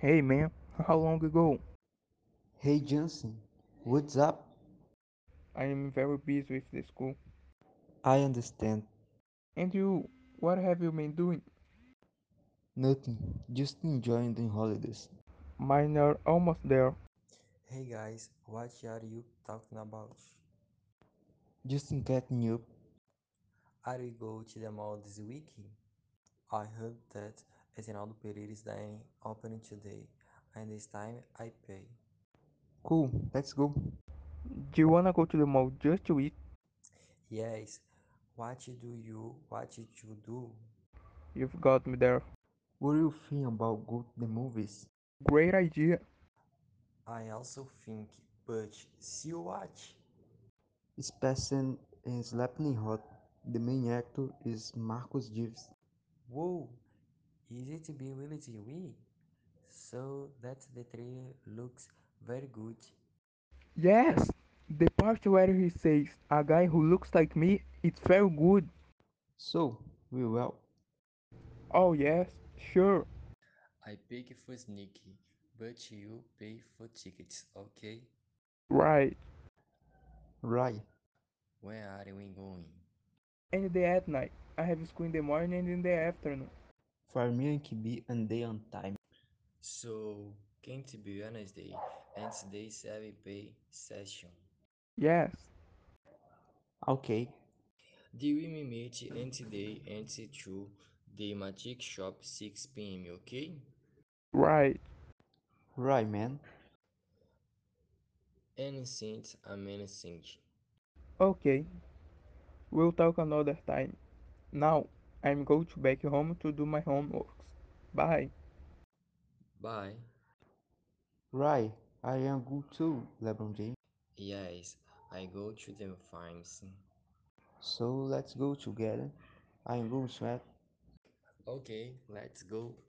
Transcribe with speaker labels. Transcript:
Speaker 1: Hey man, how long ago?
Speaker 2: Hey Johnson, what's up?
Speaker 1: I am very busy with the school.
Speaker 2: I understand.
Speaker 1: And you, what have you been doing?
Speaker 2: Nothing, just enjoying the holidays.
Speaker 1: Mine are almost there.
Speaker 3: Hey guys, what are you talking about?
Speaker 2: Just catching up.
Speaker 3: Are you going to the mall this week? I heard that Reginaldo Pereira is dining opening today, and this time I pay.
Speaker 2: Cool, let's go.
Speaker 1: Do you wanna go to the mall just to eat?
Speaker 3: Yes, what do you what did you do?
Speaker 1: You've got me there.
Speaker 2: What do you think about go to the movies?
Speaker 1: Great idea.
Speaker 3: I also think, but see what?
Speaker 2: It's passing and slapping hot. The main actor is Marcus Gives.
Speaker 3: Whoa, is it be really TV? So that the trailer looks very good.
Speaker 1: Yes! The part where he says, a guy who looks like me, it's very good.
Speaker 2: So, we will.
Speaker 1: Oh yes, sure.
Speaker 3: I pay for sneak, but you pay for tickets, okay?
Speaker 1: Right.
Speaker 2: Right.
Speaker 3: Where are we going?
Speaker 1: Any day at night. I have school in the morning and in the afternoon.
Speaker 2: For me, it can be a day on time.
Speaker 3: So, came to be eh, Wednesday and today 7 session.
Speaker 1: Yes.
Speaker 2: Okay.
Speaker 3: The women meet and today and to the magic shop 6 p.m. Okay?
Speaker 1: Right.
Speaker 2: Right, man.
Speaker 3: And since I'm anything.
Speaker 1: Okay. We'll talk another time. Now, I'm going to back home to do my homeworks. Bye.
Speaker 3: Bye.
Speaker 2: Right. I am good too, LeBron James.
Speaker 3: Yes, I go to the farms.
Speaker 2: So, let's go together. I'm going to sweat.
Speaker 3: Okay, let's go.